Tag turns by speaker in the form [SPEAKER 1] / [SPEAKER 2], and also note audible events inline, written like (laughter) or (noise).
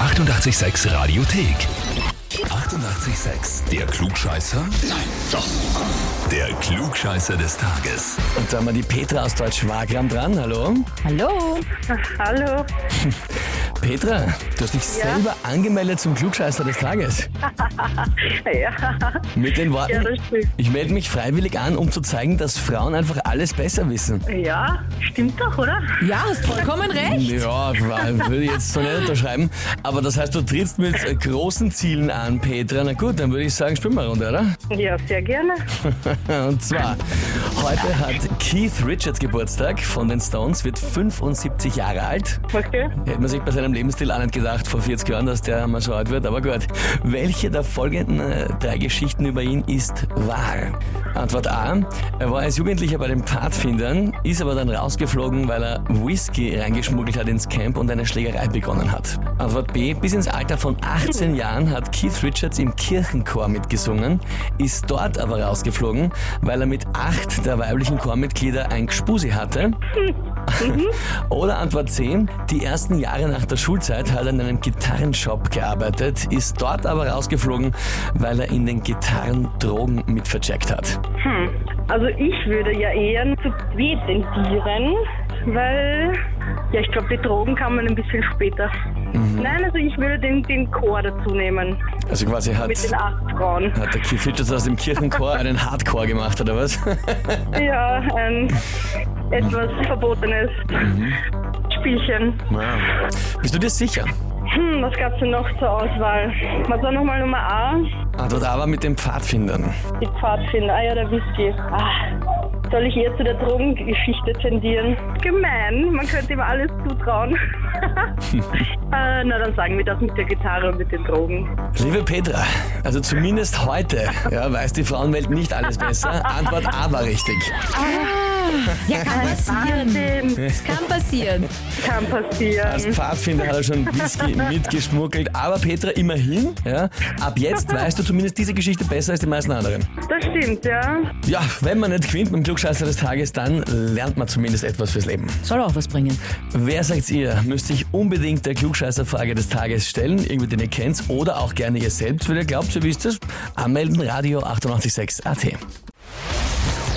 [SPEAKER 1] 886 Radiothek. 88,6. Der Klugscheißer? Nein, doch. Der Klugscheißer des Tages.
[SPEAKER 2] Und da haben wir die Petra aus Deutschwagram dran. Hallo.
[SPEAKER 3] Hallo.
[SPEAKER 4] Hallo,
[SPEAKER 2] Petra, du hast dich selber angemeldet zum Klugscheißer des Tages.
[SPEAKER 4] ja,
[SPEAKER 2] Mit den
[SPEAKER 4] ja,
[SPEAKER 2] Worten,
[SPEAKER 4] das stimmt.
[SPEAKER 2] ich melde mich freiwillig an, um zu zeigen, dass Frauen einfach alles besser wissen.
[SPEAKER 4] Ja, stimmt doch, oder?
[SPEAKER 3] Ja, hast vollkommen recht.
[SPEAKER 2] Ja, wa- würde ich jetzt so nicht unterschreiben. Aber das heißt, du trittst mit äh, großen Zielen an, Petra. Na gut, dann würde ich sagen, spielen wir runter, oder?
[SPEAKER 4] Ja, sehr gerne.
[SPEAKER 2] Und zwar, heute hat Keith Richards Geburtstag von den Stones, wird 75 Jahre alt.
[SPEAKER 4] Okay.
[SPEAKER 2] Hätte man sich bei seinem Lebensstil auch nicht gedacht, vor 40 Jahren, dass der mal so alt wird, aber gut. Welche der folgenden äh, drei Geschichten über ihn ist wahr? Antwort A. Er war als Jugendlicher bei den Pfadfindern, ist aber dann rausgeflogen, weil er Whisky reingeschmuggelt hat ins Camp und eine Schlägerei begonnen hat. Antwort B. Bis ins Alter von 18 Jahren hat Keith Richards im Kirchenchor mitgesungen, ist dort aber rausgeflogen, weil er mit acht der weiblichen Chormitglieder ein Gspusi hatte. Oder Antwort C, die ersten Jahre nach der Schulzeit hat er in einem Gitarrenshop gearbeitet, ist dort aber rausgeflogen, weil er in den Gitarren Drogen mitvercheckt hat.
[SPEAKER 4] Also ich würde ja eher zu B tendieren, weil, ja, ich glaube, die Drogen kann man ein bisschen später. Nein, also ich würde den, den Chor dazu nehmen,
[SPEAKER 2] Also quasi hat,
[SPEAKER 4] mit den acht Frauen.
[SPEAKER 2] hat der Keith Richards aus dem Kirchenchor einen Hardcore gemacht, oder was? (laughs)
[SPEAKER 4] Ja, ein etwas verbotenes Spielchen.
[SPEAKER 2] Bist du dir sicher?
[SPEAKER 4] Hm, was gab's denn noch zur Auswahl? Was war nochmal Nummer A?
[SPEAKER 2] Antwort A war mit den Pfadfindern.
[SPEAKER 4] Die Pfadfinder, ah ja, der Whisky. Ah, soll ich eher zu der Drogengeschichte tendieren? Gemein, man könnte ihm alles zutrauen. äh, na, dann sagen wir das mit der Gitarre und mit den Drogen.
[SPEAKER 2] Liebe Petra, also zumindest heute ja, weiß die Frauenwelt nicht alles besser. Antwort A war richtig.
[SPEAKER 3] Ja, kann passieren.
[SPEAKER 4] Wahnsinn,
[SPEAKER 3] Das kann passieren.
[SPEAKER 4] kann
[SPEAKER 2] Als
[SPEAKER 4] passieren.
[SPEAKER 2] Pfadfinder hat er schon Whisky mitgeschmuggelt. Aber Petra, immerhin, ja, ab jetzt weißt du zumindest diese Geschichte besser als die meisten anderen.
[SPEAKER 4] Das stimmt, ja.
[SPEAKER 2] Ja, wenn man nicht gewinnt mit dem Klugscheißer des Tages, dann lernt man zumindest etwas fürs Leben.
[SPEAKER 3] Soll auch was bringen.
[SPEAKER 2] Wer sagt ihr, müsst sich unbedingt der Klugscheißerfrage des Tages stellen, irgendwie den ihr kennt oder auch gerne ihr selbst, wenn ihr glaubt, ihr wisst es, anmelden Radio 886 AT.